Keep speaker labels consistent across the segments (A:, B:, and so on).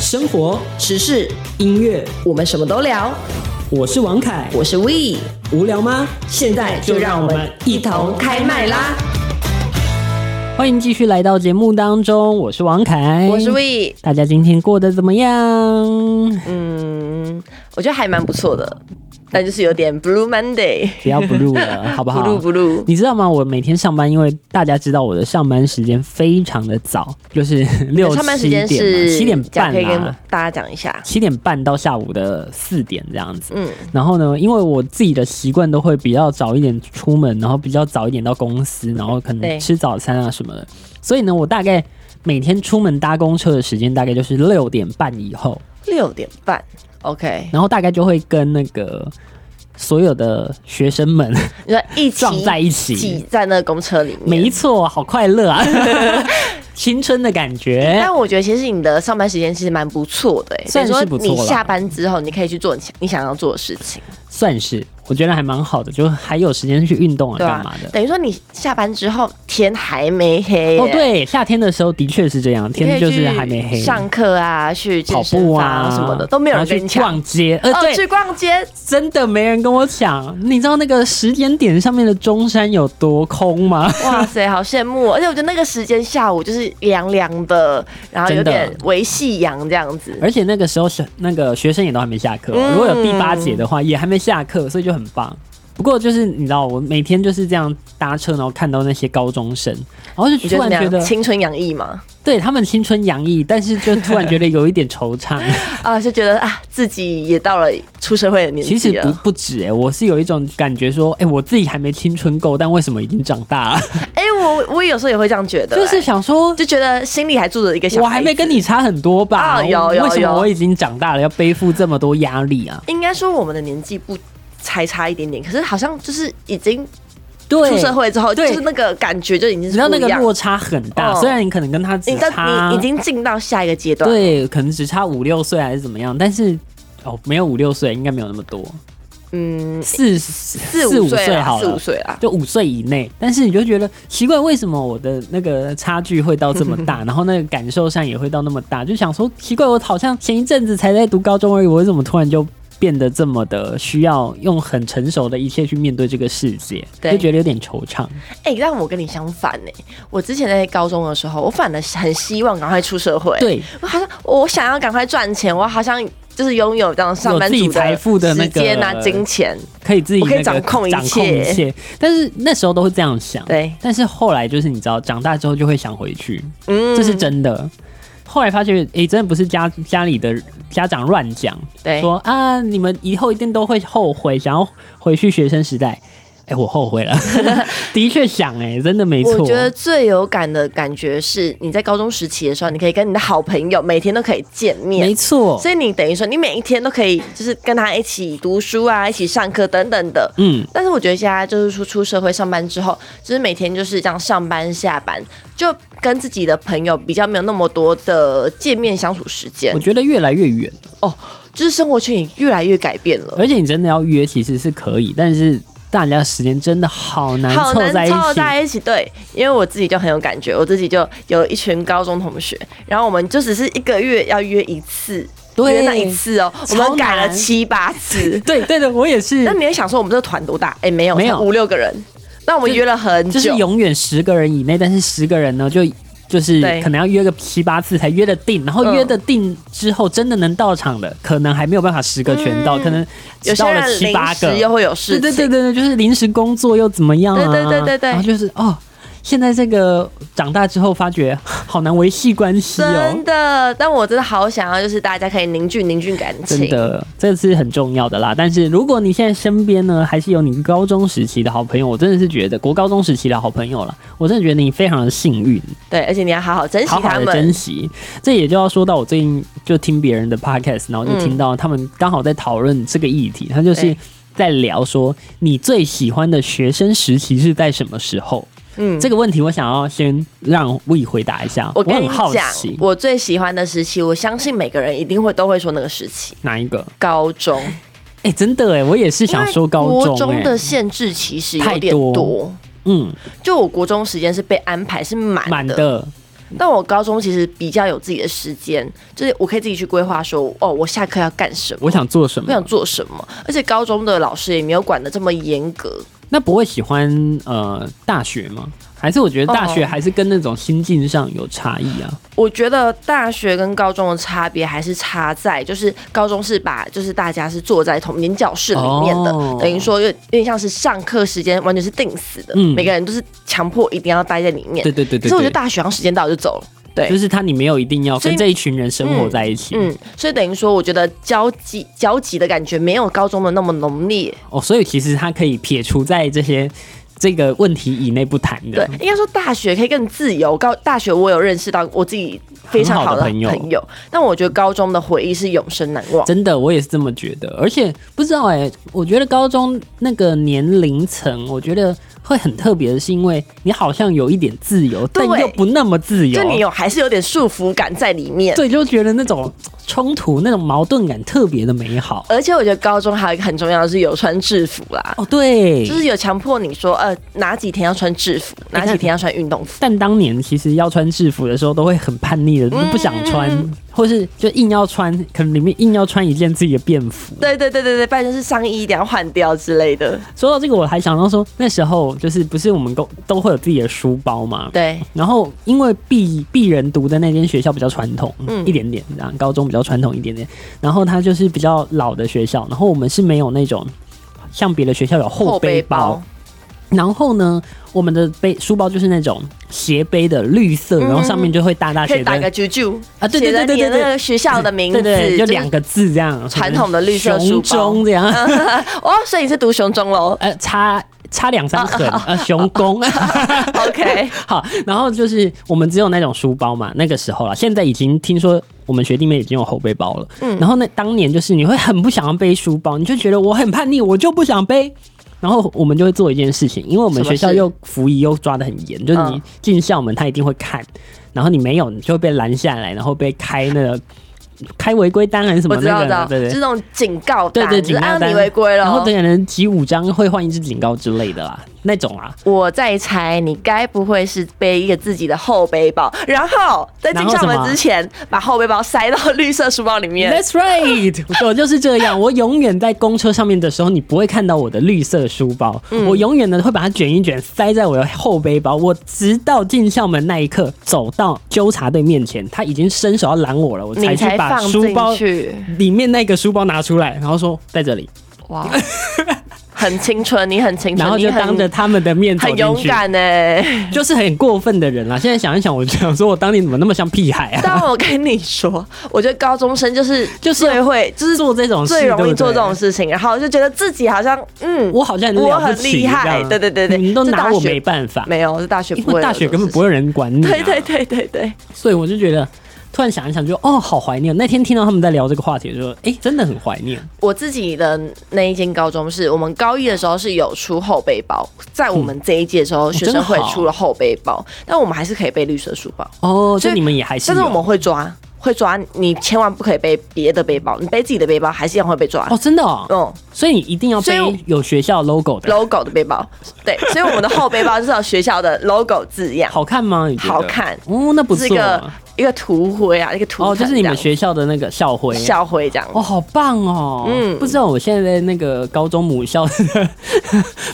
A: 生活、
B: 时事，
A: 音乐，
B: 我们什么都聊。
A: 我是王凯。
B: 我是 We，
A: 无聊吗？
B: 现在就让我们一同开麦啦！
A: 欢迎继续来到节目当中，我是王凯，
B: 我是 We，
A: 大家今天过得怎么样？
B: 嗯，我觉得还蛮不错的，但就是有点 Blue Monday，
A: 不要 blue 了， 好不好
B: blue blue
A: 你知道吗？我每天上班，因为大家知道我的上班时间非常的早，就是六
B: 上班时
A: 七点
B: 间
A: 嘛，
B: 是
A: 七点
B: 讲
A: 半啊
B: 可以跟
A: 啦，
B: 大家讲一下。
A: 七点半到下午的四点这样子。
B: 嗯，
A: 然后呢，因为我自己的习惯都会比较早一点出门，然后比较早一点到公司，然后可
B: 对
A: 能吃早餐啊什么的，所以呢，我大概每天出门搭公车的时间大概就是六点半以后，
B: 六点半，OK，
A: 然后大概就会跟那个所有的学生们
B: 你说一起
A: 撞在一起
B: 挤，在那个公车里面。
A: 没错，好快乐啊， 青春的感觉。
B: 但我觉得其实你的上班时间其实蛮不错的、欸，
A: 算是
B: 等于
A: 不
B: 说
A: 错啦
B: 你下班之后，你可以去做你想你想要做的事情，
A: 算是，我觉得还蛮好的，就还有时间去运动啊，
B: 对吧、
A: 干嘛的。
B: 等于说你下班之后天还没黑、
A: 哦，，对，夏天的时候的确是这样，
B: 你可
A: 天
B: 以
A: 就是还没黑
B: 去，上课啊，去
A: 跑
B: 健身
A: 步
B: 房
A: 啊
B: 什么的都没有
A: 然后
B: 人跟
A: 去
B: 你抢。
A: 逛街，呃，
B: 哦，
A: 对，
B: 去 逛街，
A: 真的没人跟我抢。你知道那个时间点上面的中山有多空吗？
B: 哇塞，好羡慕哦！而且我觉得那个时间下午就是凉凉的，然后有
A: 真的
B: 点微细阳这样子。
A: 而且那个时候学那个学生也都还没下课哦、
B: 嗯
A: 如果有第八节的话也还没下课，所以就很棒。不过就是你知道，我每天就是这样搭车，然后看到那些高中生，然后就
B: 你
A: 突
B: 觉得
A: 然
B: 怎么
A: 觉
B: 样？
A: 得，
B: 青春洋溢嘛，
A: 对他们青春洋溢，但是就突然觉得有一点惆 怅。
B: 啊，就觉得啊，自己也到了出社会的年
A: 其实
B: 纪啊
A: 不
B: 了。
A: 不止哎、我是有一种感觉说，哎、我自己还没青春够，但为什么已经长大了？
B: 哎、我我有时候也会这样觉 得、
A: 就是
B: 哎
A: 想说，
B: 就觉得心里还住着一个哎小孩子。
A: 我还没跟你差很多吧？
B: 啊有
A: 我
B: 有
A: 为什么
B: 有
A: 我已经长大了，要背负这么多压力啊？
B: 应该说我们的年纪不才差一点点，可是好像就是已经
A: 对
B: 出社会之后，就
A: 对
B: 是那个感觉就已经
A: 你
B: 是
A: 知道那个
B: 不一样
A: 落差很大，
B: 哦
A: 虽然你可能跟他只
B: 你
A: 差
B: 到你已经进到下一个阶段，，
A: 对，可能只差五六岁还是怎么样，但是哦，没有五六岁，应该没有那么多，
B: 嗯，
A: 四
B: 四
A: 四
B: 五
A: 五
B: 岁
A: 岁
B: 啊，
A: 好
B: 四五
A: 了。
B: 岁啊，
A: 就五岁以内，但是你就觉得奇怪，为什么我的那个差距会到这么 大，然后那个感受上也会到那么大，就想说奇怪，我好像前一阵子才在读高中而已，我为什么突然就变得这么的需要用很成熟的一切去面对这个世界，
B: 对
A: 就觉得有点惆怅。
B: 哎、但我跟你相反呢、我之前在高中的时候，我反而很希望赶快出社会，，
A: 对，
B: 我好像我想要赶快赚钱，我好像就是拥有这样上班
A: 有自己
B: 族
A: 财富的那
B: 时间啊、
A: 个
B: 金钱，
A: 可以自己、
B: 我
A: 那
B: 可
A: 个
B: 以掌控一
A: 掌控
B: 切
A: 一切，但是那时候都会这样想，
B: 对，
A: 但是后来就是你知道，长大之后就会想回去，
B: 嗯
A: 这是真的。后来发现，诶、真的不是家家里的家长乱讲，
B: 对，
A: 说啊，你们以后一定都会后悔，想要回去学生时代。哎、我后悔 了，的确想、哎，真的没错。
B: 我觉得最有感的感觉是，你在高中时期的时候，你可以跟你的好朋友每天都可以见面
A: 没，错
B: 所，以你等于说你每一天都可以就是跟他一起读书啊，一起上课等等的。
A: 嗯，
B: 但是我觉得现在就是出出社会上班之后，就是每天就是这样上班下班，就跟自己的朋友比较没有那么多的见面相处时间
A: 我，觉得越来越远，
B: 就是生活圈也越来越改变了。
A: 而且你真的要约其实是可以，但是大家时间真的好 难
B: 好
A: 凑
B: 难
A: 在一
B: 凑
A: 起。
B: 在一起，对，因为我自己就很有感觉，我自己就有一群高中同学，然后我们就只是一个月要约一次，
A: 对
B: 约那一次哦，我
A: 超
B: 们改了
A: 难。
B: 七八次
A: 对对的，我也是
B: 那，你也想说我们这个团多大？哎、没有，
A: 嗯没有
B: 才五六个人。那我们
A: 就
B: 约了很久，
A: 就是永远十个人以内，但是十个人呢就。就是
B: 对
A: 可能要约个七八次才约得定，然后
B: 嗯
A: 约得定之后真的能到场的，可能还没有办法十个全到，可能
B: 嗯
A: 只
B: 有些
A: 到了
B: 人
A: 七
B: 临
A: 八个，
B: 时又会有事情，
A: 对对对对对，就是临时工作又怎么样啊？
B: 对对对对对
A: 然后就是哦，现在这个长大之后发觉好难维系关系哦
B: 真，的。但我真的好想要，就是大家可以凝聚凝聚感情，
A: 真的，这是很重要的啦。但是如果你现在身边呢，还是有你高中时期的好朋友，我真的是觉得国高中时期的好朋友了，我真的觉得你非常的幸运，
B: 对，而且你要好好珍惜
A: 好好
B: 他
A: 的
B: 们。
A: 珍惜。这也就要说到我最近就听别人的 podcast，然后就听到他们刚好在讨论这个议题，他就是
B: 对。
A: 在聊说你最喜欢的学生时期是在什么时候？
B: 嗯，
A: 这个问题我想要先让魏回答一下，
B: 我跟
A: 很
B: 你
A: 好
B: 讲
A: 奇，
B: 我最喜欢的时期，我相信每个人一定会都会说那个时期，
A: 哪一个？
B: 高中。
A: 哎、真的哎，我也是想说高
B: 因为国
A: 中
B: 中
A: 哎、
B: 的限制其实有
A: 太
B: 点
A: 多
B: 多，
A: 嗯，
B: 就我国中时间是被安排是满
A: 满
B: 的，
A: 的，
B: 但我高中其实比较有自己的时间，就是我可以自己去规划说，哦，我下课要干什么，
A: 我想做什
B: 我
A: 么
B: 想？做什么。而且高中的老师也没有管得这么严格，
A: 那不会喜欢呃大学吗？还是我觉得大学
B: 哦
A: 还是跟那种心境上有差异啊？
B: 我觉得大学跟高中的差别还是差在，就是高中是把就是大家是坐在同间教室里面的，
A: 哦
B: 等于说有有点像是上课时间完全是定死的，
A: 嗯
B: 每个人都是强迫一定要待在里面。
A: 对对对对
B: 可是我觉得
A: 对，
B: 大学好像时间到了就走了，对
A: 就。是他你没有一定要
B: 所以
A: 跟这一群人生活在一起、
B: 嗯，所以等于说，我觉得交集交集的感觉没有高中的那么浓烈。
A: 哦，所以其实他可以撇除在这些这个问题以内不谈
B: 对
A: 的。，
B: 应该说大学可以更自由。高大学我有认识到我自己非常
A: 很好
B: 好
A: 的
B: 的
A: 朋
B: 朋
A: 友
B: 友，但我觉得高中的回忆是永生难忘。
A: 真的，我也是这么觉得。而且不知道哎、我觉得高中那个年龄层，我觉得会很特别，的是因为你好像有一点自由，但
B: 对
A: 又不那么自由。
B: 就你有还是有点束缚感在里面。
A: 对，就觉得那种冲突、那种矛盾感特别的美好。
B: 而且我觉得高中还有一个很重要的是有穿制服啦，
A: 哦，对，
B: 就是有强迫你说，呃，哪几天要穿制服，
A: 哎
B: 哪几天要穿运动服。
A: 但当年其实要穿制服的时候，都会很叛逆的，就是不想穿，
B: 嗯
A: 或是就硬要穿，可能里面硬要穿一件自己的便服。
B: 对对对对对，不然就是上衣一定要换掉之类的。
A: 说到这个，我还想到说，那时候就是不是我们都都会有自己的书包嘛？
B: 对，
A: 然后因为鄙鄙人读的那间学校比较传统，
B: 嗯
A: 一点点，然后高中比较传统一点点，然后它就是比较老的学校，然后我们是没有那种像别的学校有后背包，然后呢，我们的背书包就是那种斜背的绿色，然后上面就会大大
B: 嗯可
A: 写
B: 以
A: 的
B: 打个啾啾
A: 啊对对对对对
B: 写着你的那个学校的名字，
A: 对对，就是两个字这样，
B: 传统的绿色书
A: 熊
B: 包
A: 中这样，
B: 哦，所以你是读雄中喽
A: 呃，差差两
B: 嗯
A: 三横，呃，熊公。
B: ？OK，
A: 好，然后就是我们只有那种书包嘛，那个时候啦，现在已经听说我们学弟妹已经有后背包了。嗯，然后那当年就是你会很不想要背书包，你就觉得我很叛逆，我就不想背。然后我们就会做一件事情，因为我们
B: 什
A: 学
B: 么
A: 校
B: 事
A: 又服仪又抓得很严，就是你
B: 嗯
A: 进校门他一定会看，然后你没有你就会被拦下来，然后被开那个开违规单还是什么
B: 我知
A: 那
B: 道
A: 个
B: 知道，
A: 的，对
B: 就
A: 对
B: 是那种警告
A: 对
B: 单，
A: 对，
B: 就
A: 警
B: 是
A: 告
B: 啊
A: 单
B: 你违规
A: 然后
B: 了
A: 可。能几五张会换一支警告之类的啦，那种啊，
B: 我在猜，你该不会是背一个自己的后背包，然后在进校门之前把后背包塞到绿色书包里面？
A: That's right，我 就是这样。我永远在公车上面的时候，你不会看到我的绿色书包，
B: 嗯
A: 我永远呢会把它卷一卷，塞在我的后背包。我直到进校门那一刻，走到纠察队面前，他已经伸手要拦我了，我
B: 你
A: 去
B: 才
A: 把
B: 放
A: 书包
B: 进去，
A: 里面那个书包拿出来，然后说在这里，
B: 哇，很青春，你很青春，
A: 然后就
B: 你很
A: 当着他们的面走
B: 很
A: 进
B: 勇
A: 去，
B: 敢哎、
A: 就是很过分的人啦。现在想一想，我就想说我当年怎么那么像屁孩啊？
B: 但我跟你说，我觉得高中生就是
A: 就是
B: 最会， 就是
A: 做这种事
B: 最容易做这。
A: 对不
B: 种
A: 对
B: 事情，然后就觉得自己好像嗯，
A: 我好像
B: 我
A: 了不
B: 很
A: 起
B: 厉
A: 这
B: 害，
A: 样
B: 对对对对，
A: 你们都
B: 这
A: 拿
B: 大
A: 我
B: 学
A: 没办法。
B: 没有，是大学
A: 因
B: 不
A: 为
B: 会，
A: 大学根本不。会有人管你、啊。
B: 对对对对对，
A: 所以我就觉得，突然想一想就，哦，好怀念。那天听到他们在聊这个话题，就说，哎、真的很怀念。
B: 我自己的那一间高中是我们高一的时候是有出后背包，在我们这一届的时候，学生会
A: 嗯哦真好
B: 出了后背包，但我们还是可以背绿色书包，
A: 哦，就
B: 所以
A: 你们也还是
B: 但
A: 有，
B: 是我们会抓，会抓你，千万不可以背别的背包，你背自己的背包还是一样会被抓。
A: 哦，真的哦，
B: 嗯
A: 所以你一定要
B: 所以
A: 背有学校 logo 的，
B: ，logo 的背包， 对，所以我们的后背包就是有学校的 logo 字样，
A: 好看吗？你觉得
B: 好看
A: 哦，那不
B: 是
A: 错
B: 一个一个图徽啊，一个图
A: 哦，
B: 腾
A: 就
B: 这样，
A: 是你们学校的那个校徽。
B: 校徽这样。
A: 哦，好棒哦！嗯，
B: 嗯
A: 不知道我现在在那个高中母校的，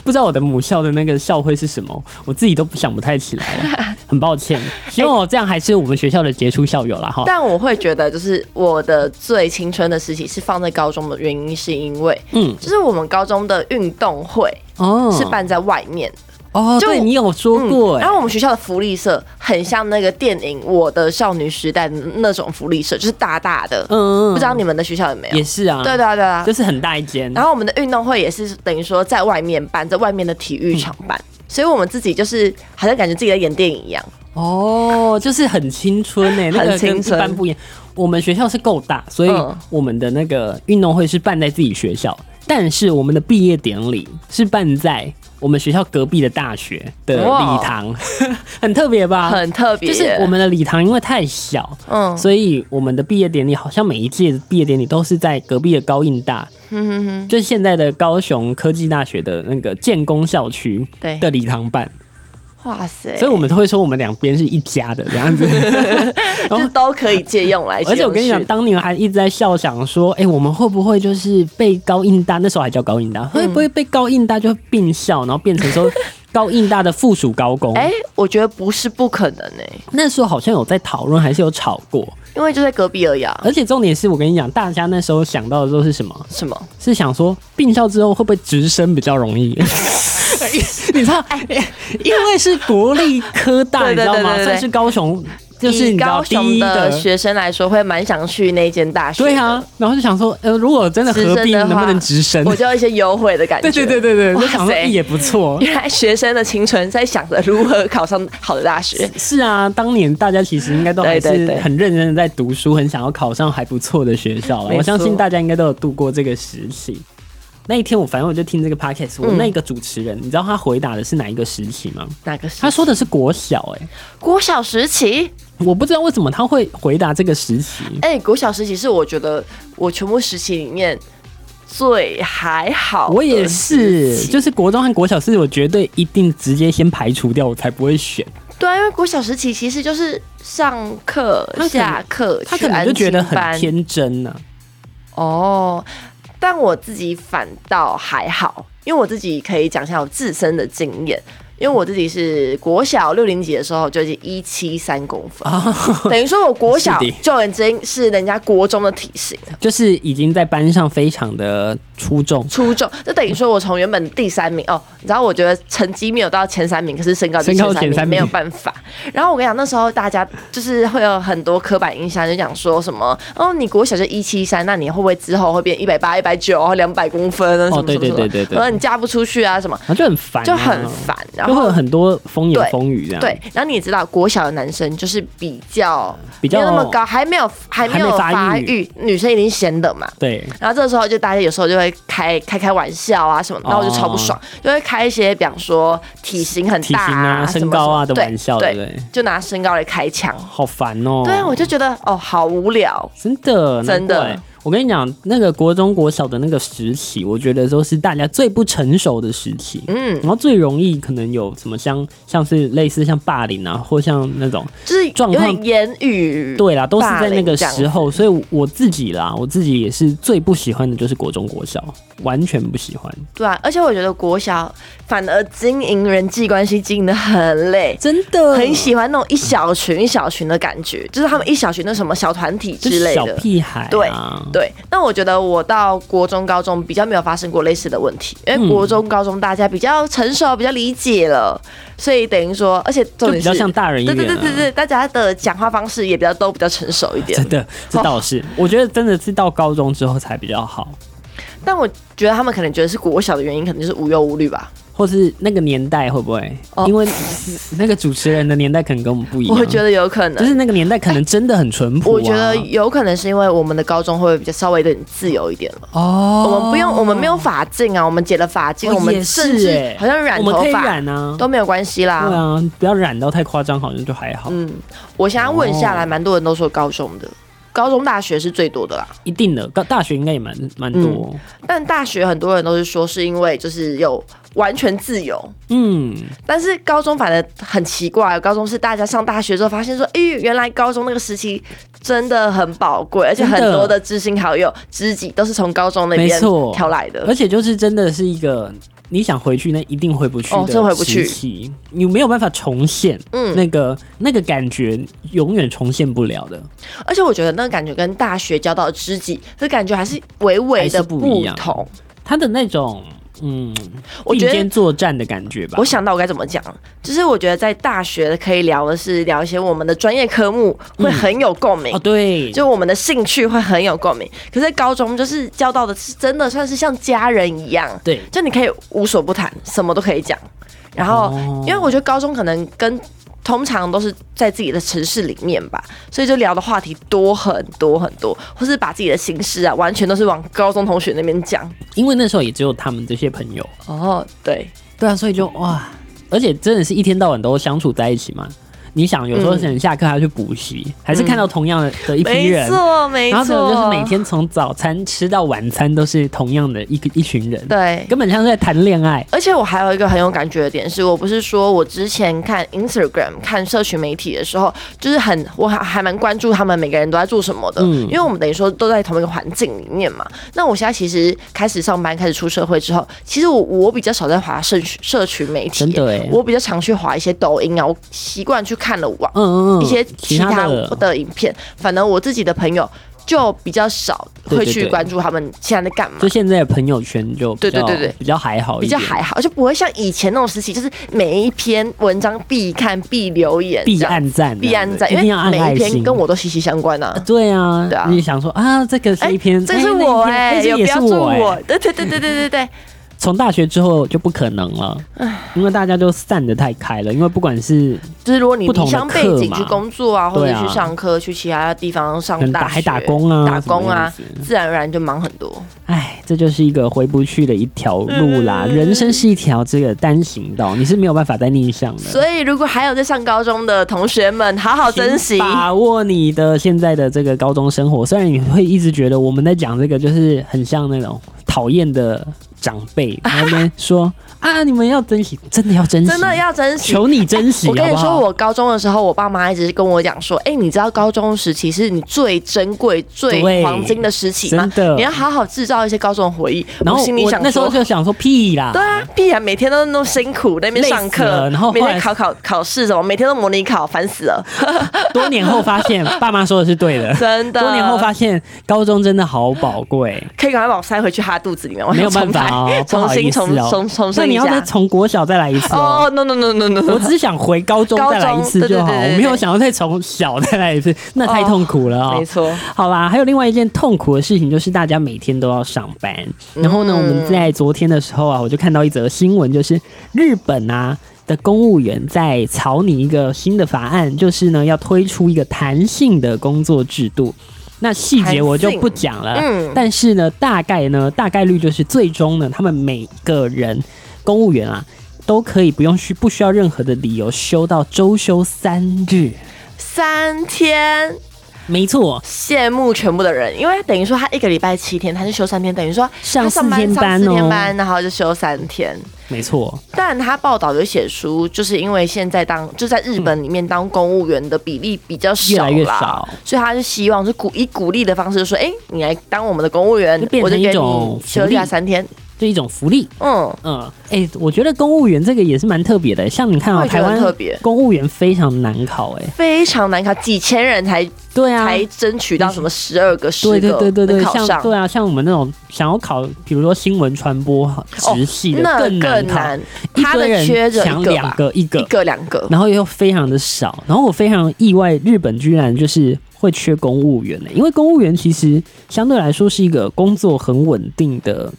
A: 不知道我的母校的那个校徽是什么，我自己都想不太起来了，很抱歉。
B: 哎
A: 希望我这样还是我们学校的杰出校友啦哈。
B: 但我会觉得，就是我的最青春的时期是放在高中的原因，是因为
A: 嗯，
B: 就是我们高中的运动会
A: 哦，
B: 是办在外面，
A: 哦，
B: 就
A: 对
B: 我
A: 你有说过、哎、
B: 然后我们学校的福利社很像那个电影《我的少女时代》那种福利社，就是大大的，
A: 嗯，
B: 不知道你们的学校有没有？
A: 也是啊，
B: 对对啊对啊
A: 就，是很大一间，
B: 然后我们的运动会也是等于说在外面办，在外面的体育场办，
A: 嗯
B: 所以我们自己就是好像感觉自己在演电影一样。
A: 哦，就是很青春哎、那个
B: 很
A: 跟
B: 青
A: 一
B: 春
A: 般不一样。我们学校是够大，所以
B: 嗯
A: 我们的那个运动会是办在自己学校，但是我们的毕业典礼是办在我们学校隔壁的大学的
B: 哇
A: 礼堂， 很特别吧？
B: 很特别，
A: 啊就是我们的礼堂因为太小，
B: 嗯
A: 所以我们的毕业典礼好像每一届的毕业典礼都是在隔壁的高应大，
B: 嗯
A: 就是现在的高雄科技大学的那个建工校区
B: 对
A: 的礼堂办。
B: 哇塞！
A: 所以我们都会说我们两边是一家 的这样子。
B: 就都可以借用来借用去。
A: 而且我跟你讲，当年还一直在笑，想说，哎、我们会不会就是被高应大那时候还叫高
B: 嗯
A: 应大，会不会被高应大就并校，然后变成说高应大的附属高工？
B: 哎、我觉得不是不可能哎、
A: 那时候好像有在讨论，还是有吵过。
B: 因为就在隔壁而已啊。
A: 而且重点是我跟你讲，大家那时候想到的都是什么？
B: 什么？
A: 是想说并校之后会不会直升比较容易？ 你知道，因为是国立科大，
B: 哎对
A: 你知
B: 对
A: 道吗？
B: 对对对
A: 算是高雄，就是你
B: 以
A: 知道
B: 高
A: 第
B: 雄
A: 一
B: 的学生来说，会蛮想去那间大学。
A: 对啊，，然后就想说，呃，如果真的合并，
B: 直升的话
A: 能不能直升？
B: 我就有一些优惠的感觉。
A: 对对对对对，
B: 哇
A: 就想说
B: 塞
A: 欸也不错。
B: 原来学生的青春在想着如何考上好的大学。
A: 是啊，当年大家其实应该都还是
B: 对对对
A: 很认真的在读书，很想要考上还不错的学校了。
B: 没错
A: 我相信大家应该都有度过这个时期。那一天我反正我就听这个 podcast，我
B: 嗯
A: 那个主持人，你知道他回答的是哪一个时期吗？
B: 哪个是
A: 他说的是国小、欸，
B: 国小时期？
A: 我不知道为什么他会回答这个时期。
B: 哎、国小时期是我觉得我全部时期里面最还好的时期。
A: 我也
B: 哦
A: 是，就是国中和国小是我绝对一定直接先排除掉，我才不会选。
B: 对啊，因为国小时期其实就是上课
A: 他可、能
B: 下课，
A: 他
B: 去
A: 可能就觉得很
B: 安静班
A: 天真呢、啊
B: 哦。但我自己反倒还好，因为我自己可以讲一下我自身的经验。因为我自己是国小六年级的时候就已经一七三公分，等于说我国
A: 哦
B: 小
A: 是的
B: 就已经是人家国中的体型了，
A: 就是已经在班上非常的出众，
B: 初中就等于说我从原本第三名哦，你知道我觉得成绩没有到前三名，可是身高就
A: 身高前
B: 前
A: 三名
B: 没有办法。然后我跟你讲，那时候大家就是会有很多刻板印象，就讲说什么哦，你国小就一七三，那你会不会之后会变一百八、一百九、哦两百公分啊？什么
A: 哦对
B: 什么什么，
A: 对对对对哎
B: 然后你嫁不出去啊什么，
A: 然后就很烦、
B: 就很，烦。然
A: 就会
B: 后
A: 有很多风言风语这样。
B: 对，，然后你也知道，国小的男生就是比较
A: 比较
B: 没有那么高，还没有还没有
A: 还没发育
B: 育，女生已经显的嘛。
A: 对，
B: 然后这时候就大家有时候就会开开开玩笑啊什么的，然后我就超不爽，就会开一些比方说体型很
A: 哦体型
B: 大
A: 啊、
B: 什么
A: 身高啊
B: 什
A: 的
B: 么
A: 玩笑，对
B: 对
A: 不对？
B: 就拿身高来开枪。
A: 好烦哦、
B: 对啊，我就觉得哦，好无聊。
A: 真的
B: 真的。
A: 难怪我跟你讲，那个国中、国小的那个时期，我觉得都是大家最不成熟的时期，
B: 嗯，
A: 然后最容易可能有什么像像是类似像霸凌啊，或像那种
B: 就是
A: 状
B: 有
A: 况
B: 点言语
A: 对啦，都是在
B: 嗯霸
A: 那
B: 凌
A: 个
B: 这样
A: 时候，所以我自己啦，我自己也是最不喜欢的就是国中、国小，完全不喜欢，
B: 对啊，而且我觉得国小反而经营人际关系经营的很累。
A: 真的
B: 很喜欢那种一小群一小群的感觉，就是他们一小群的什么小团体
A: 就
B: 之
A: 是
B: 类
A: 小
B: 的。
A: 屁孩、啊，
B: 对对，那我觉得我到国中、高中比较没有发生过类似的问题，因为
A: 嗯
B: 国中、高中大家比较成熟，比较理解了，所以等于说，而且
A: 就
B: 重
A: 比
B: 点是
A: 较像大人一
B: 对
A: 点、啊，
B: 对对对对，大家的讲话方式也比较都比较成熟一点。
A: 真的，这
B: 哦
A: 倒是，我觉得真的是到高中之后才比较好，
B: 但我觉得他们可能觉得是国小的原因，可能就是无忧无虑吧。
A: 或是那个年代会不会？
B: 哦
A: 因为那个主持人的年代可能跟我们不一样，
B: 我觉得有可能，
A: 就是那个年代可能真的很淳朴、啊
B: 我觉得有可能是因为我们的高中会比较稍微有点自由一点了。
A: 哦，
B: 我们不用，我们没有法禁啊，我们解了法禁，
A: 哦
B: 我们
A: 也是
B: 甚至
A: 欸
B: 好像染
A: 我们
B: 头
A: 可以
B: 发
A: 染啊，
B: 都没有关系啦。
A: 对啊，不要染到太夸张，好像就还好，
B: 嗯，我现在问下来，蛮多人都说高中的，高中、大学是最多的啦。
A: 一定的，高大学应该也蛮蛮多，
B: 但大学很多人都是说是因为就是有完全自由，
A: 嗯，
B: 但是高中反而很奇怪，高中是大家上大学之后发现说，哎、原来高中那个时期真的很宝贵，而且很
A: 真的
B: 多的知心好友、知己都是从高中那
A: 没
B: 边
A: 错
B: 挑来的
A: 而。且就是真的是一个。你想回去，那一定回不去
B: 哦真
A: 的
B: 回不去
A: 时期，你没有办法重现，
B: 嗯
A: 那个那个感觉永远重现不了的。
B: 而且我觉得那个感觉跟大学交到的知己，这感觉还是微微
A: 还是
B: 的
A: 不一
B: 不
A: 样
B: 同。
A: 他的那种嗯，
B: 我
A: 并
B: 觉得
A: 肩作战的感觉吧。
B: 我想到我该怎么讲，就是我觉得在大学可以聊的是聊一些我们的专业科目会很有共鸣。
A: 哦，对，
B: 就我们的兴趣会很有共鸣，可是高中就是交到的是真的算是像家人一样，
A: 对
B: 就你可以无所不谈，什么都可以讲。然后，
A: 哦
B: 因为我觉得高中可能跟通常都是在自己的城市里面吧，所以就聊的话题多很多很多，或是把自己的心事啊，完全都是往高中同学那边讲。
A: 因为那时候也只有他们这些朋友。
B: 哦，对，
A: 对啊，所以就哇，而且真的是一天到晚都相处在一起嘛。你想，有时候可能下课还要去补习，还是看到同样的的一批
B: 嗯没
A: 人，
B: 错没
A: 然后可能
B: 错，
A: 就是每天从早餐吃到晚餐都是同样的一个一群人，
B: 对。
A: 根本像是在谈恋爱。
B: 而且我还有一个很有感觉的点是，我不是说我之前看 Instagram 看社群媒体的时候，就是很我还还蛮关注他们每个人都在做什么的，
A: 嗯
B: 因为我们等于说都在同一个环境里面嘛。那我现在其实开始上班，开始出社会之后，其实我我比较少在划社群社群媒体，
A: 真的欸
B: 我比较常去划一些抖音啊，我习惯去看了网。
A: 嗯嗯嗯，
B: 一些
A: 其
B: 其他
A: 的
B: 的影片，反正我自己的朋友就比较少
A: 对
B: 会
A: 对
B: 去
A: 对
B: 关注他们现在在干嘛
A: 就。现在的朋友圈就比较
B: 对对对对
A: 比较还好一
B: 比
A: 点，
B: 较还好，就不会像以前那种时期，就是每一篇文章必看、必留言、
A: 必
B: 这样
A: 按赞，
B: 必按赞，
A: 啊一
B: 因
A: 定要
B: 为
A: 按
B: 每
A: 爱
B: 一篇
A: 心。
B: 跟我都息息相关啊。
A: 对啊，
B: 对啊
A: 你想说啊，这个
B: 哎
A: 是一篇，
B: 这是
A: 哎那一
B: 我
A: 篇
B: 哎，
A: 哎这
B: 有
A: 也是
B: 标注
A: 我哎
B: 我，。对对对对对 对对，
A: 从大学之后就不可能了，因为大家就散得太开了。因为不管是
B: 就是如果你
A: 不同
B: 离
A: 的
B: 乡背景
A: 课嘛
B: 去工作啊，或者
A: 对啊
B: 去上课、去其他地方上
A: 可能
B: 大
A: 打
B: 学
A: 还打工啊，
B: 打工啊
A: 什么样子
B: 自然而然就忙很多。
A: 哎，这就是一个回不去的一条路啦。
B: 嗯
A: 人生是一条这个单行道，你是没有办法再逆向的。
B: 所以如果还有在上高中的同学们，好好珍
A: 请。
B: 惜
A: 把握你的现在的这个高中生活。虽然你会一直觉得我们在讲这个，就是很像那种讨厌的长辈在那边说啊，你们要珍惜，真的要珍惜，
B: 真的要珍惜，
A: 求你珍惜，
B: 我跟
A: 好
B: 你
A: 不
B: 说，
A: 好？
B: 我高中的时候，我爸妈一直跟我讲说：“哎、你知道高中时期是你最珍贵、最
A: 对
B: 黄金的时期吗
A: 真？的
B: 你要好好制造一些高中的回忆。”
A: 然后
B: 我心里
A: 我
B: 想
A: 那时候
B: 说。
A: 就想说屁啦，
B: 对啊，必然每天都那么辛苦，在那边
A: 累
B: 上
A: 死
B: 课
A: 了，然后后
B: 每
A: 来
B: 天考考考试什么，每天都模拟考，烦死 了，
A: 多年后发现爸妈说的是对 的。
B: 真的。
A: 多年后发现，高中真的好宝贵，
B: 可以赶快把我塞回去他的肚子里面， 我
A: 没有
B: 想
A: 办
B: 重
A: 法
B: 来
A: 哦，不
B: 重
A: 好意
B: 新
A: 思
B: 重
A: 哦
B: 重重。
A: 那
B: 生
A: 你
B: 一
A: 要再
B: 下。
A: 从国小再来一次哦。
B: 哦、no no no no no
A: 我
B: no，
A: 只是想回高中再来一次就好，
B: 高中对对对对对哦
A: 我没有想要再从小再来一次，那太痛苦了啊、
B: 没错，
A: 好啦，还有另外一件痛苦的事情，就是大家每天都要上班。然后呢，我们在昨天的时候啊，我就看到一则新闻，就是日本啊的公务员在草拟一个新的法案，就是呢要推出一个弹性的工作制度。那细节我就不讲了，
B: 弹性嗯
A: 但是呢，大概呢，大概率就是最终呢，他们每个人公务员啊，都可以不用去不需要任何的理由休到周休三日。
B: 三天
A: 没错，
B: 羡慕全部的人，因为等于说他一个礼拜七天，他就休三天，等于说
A: 上
B: 他上
A: 四天
B: 班上
A: 班
B: 四
A: 哦
B: 天班，然后就休三天。
A: 没错，
B: 但他报道有写出，就是因为现在当就在日本里面当公务员的比例比较
A: 越
B: 少
A: 来
B: 啦，
A: 越少，
B: 所以他是希望是鼓以鼓励的方式就说，哎、你来当我们的公务员
A: 就，变
B: 我就
A: 成一
B: 给
A: 种
B: 你休
A: 福利
B: 假三天。
A: 就一种福利。
B: 嗯，
A: 嗯，哎、我觉得公务员这个也是蛮特别的，像你看啊、
B: 我也觉
A: 台
B: 得很
A: 湾
B: 特别
A: 公务员非常难考、哎，
B: 非常难考，几千人才、
A: 对啊，
B: 才争取到什么十二个、十
A: 对对
B: 个
A: 对对
B: 能
A: 对，
B: 考上
A: 像。对啊，像我们那种想要考，比如说新闻传播直系的、
B: 哦那
A: 更难
B: 更
A: 考，
B: 难，
A: 一
B: 他
A: 堆
B: 的
A: 人
B: 缺着
A: 抢
B: 一个
A: 两
B: 吧，
A: 个一个
B: 一个两个，
A: 然后又非常的少，然后我非常意外，日本居然就是会缺公务员呢、欸因为公务员其实相对来说是一个工作很稳定的，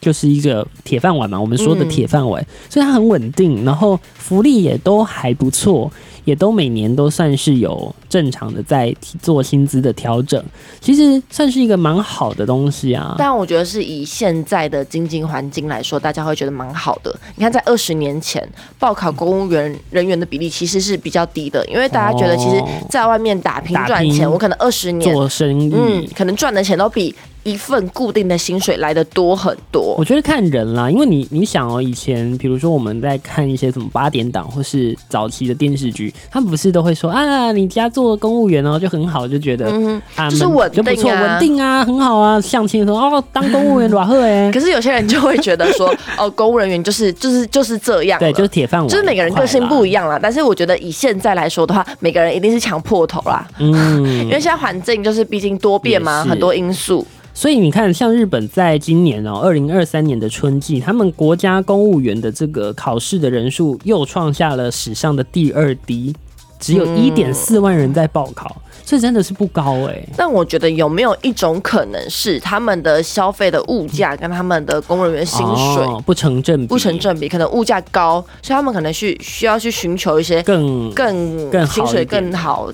A: 就是一个铁饭碗嘛，我们说的
B: 嗯
A: 铁饭碗，所以它很稳定，然后福利也都还不错，也都每年都算是有正常的在提做薪资的调整，其实算是一个蛮好的东西啊。
B: 但我觉得是以现在的经济环境来说，大家会觉得蛮好的。你看，在二十年前，报考公务员人员的比例其实是比较低的，因为大家觉得其实
A: 哦
B: 在外面打拼
A: 打拼
B: 赚钱，我可能二十年，
A: 做生意，
B: 嗯，可能赚的钱都比一份固定的薪水来的多很多
A: 我。觉得看人啦，因为你你想哦，以前比如说我们在看一些什么八点档或是早期的电视剧，他们不是都会说啊，你家做公务员哦就很好，就觉得、
B: 嗯，
A: 啊
B: 就是
A: 们
B: 稳定啊
A: 就不错，稳定啊，很好啊。相亲的时候哦，当公务员软赫 哎，
B: 可是有些人就会觉得 说，哦，公务人员就是就是就是这样了，
A: 对，就是铁饭碗，
B: 就是每个人个性不一
A: 样，
B: 样啦。但是我觉得以现在来说的话，每个人一定是抢破头啦。因
A: 嗯，
B: 为现在环境就是毕竟多变嘛，
A: 也是
B: 很多因素。
A: 所以你看，像日本在今年哦，二零二三年的春季，他们国家公务员的这个考试的人数又创下了史上的第二低，只
B: 嗯
A: 有一点四万人在报考，所以真的是不高哎、
B: 但我觉得有没有一种可能是他们的消费的物价跟他们的公务人员薪水
A: 哦、不成正比，
B: 不成正比，可能物价高，所以他们可能去需要去寻求一些
A: 更
B: 更
A: 更好
B: 薪水
A: 一点
B: 更好，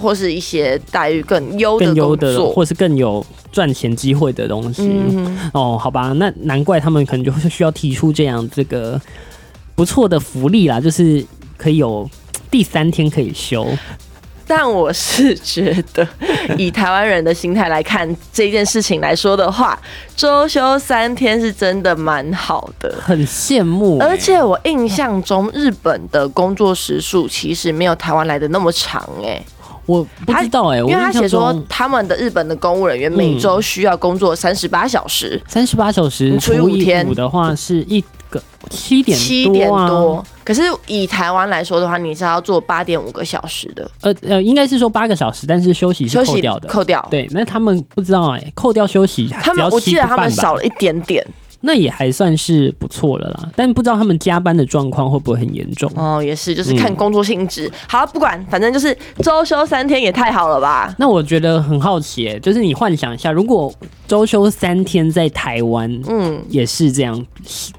B: 或是一些待遇更优的
A: 更优
B: 工
A: 的，
B: 作。
A: 或是更有赚钱机会的东西。
B: 嗯，
A: 哦，好吧，那难怪他们可能就会需要提出这样这个不错的福利啦，就是可以有。第三天可以休。
B: 但我是觉得，以台湾人的心态来看这件事情来说的话，周休三天是真的蛮好的。
A: 很羡慕欸、
B: 而且我印象中，日本的工作时数其实没有台湾来的那么长哎、
A: 我不知道哎、
B: 因
A: 我
B: 为他
A: 印象
B: 写说
A: 中嗯
B: 他们的日本的公务人员每周需要工作三十八小时，
A: 三十八小时
B: 你除以
A: 除
B: 五
A: 以
B: 天
A: 五的话是一个七点
B: 七点
A: 啊，
B: 多。可是以台湾来说的话，你是要做八点五个小时的
A: 呃呃，应该是说八个小时，但是休息是
B: 休
A: 扣
B: 息
A: 掉的。
B: 扣掉。
A: 对，那他们不知道哎、扣掉休息，
B: 他
A: 只
B: 们
A: 要
B: 我记得
A: 7个
B: 他们
A: 半吧
B: 少了一点点
A: 那也还算是不错了啦，但不知道他们加班的状况会不会很严重。
B: 哦，也是，就是
A: 嗯
B: 看工作性质。好，不管，反正就是周休三天也太好了吧？
A: 那我觉得很好奇、欸，就是你幻想一下，如果周休三天在台湾，
B: 嗯，
A: 也是这样，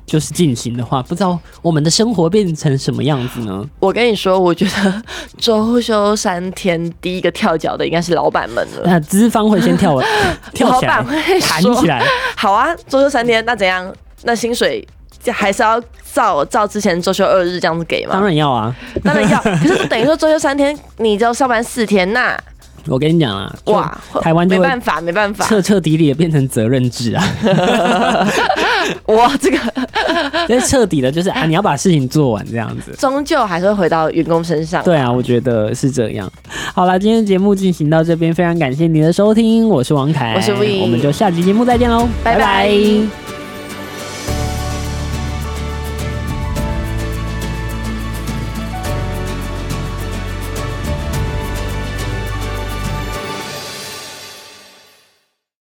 A: 就是进行的话，不知道我们的生活变成什么样子呢？
B: 我跟你说，我觉得 周休三天第一个跳脚的应该是老板们了。
A: 那资方会先 跳跳
B: 老
A: 起
B: 板
A: 来，
B: 会
A: 弹
B: 说
A: 起来，
B: 好啊，周休三天，那怎样？那薪水还是要照照之前周休二日这样子给
A: 当
B: 吗？
A: 然要啊！
B: 当然要。可是等于说周休三天，你只要上班四天，那
A: 我跟你讲啊，就
B: 哇，
A: 台湾
B: 没
A: 就会
B: 办法，没办法，
A: 彻彻底底的变成责任制 啊，
B: 哇，这个
A: 就是彻底的，就是啊，你要把事情做完这样子。
B: 终究还是会回到员工身上。
A: 对啊，我觉得是这样。好啦，今天节目进行到这边，非常感谢您的收听，我是王凯，
B: 我是 V
A: 我们就下期节目再见喽，
B: 拜拜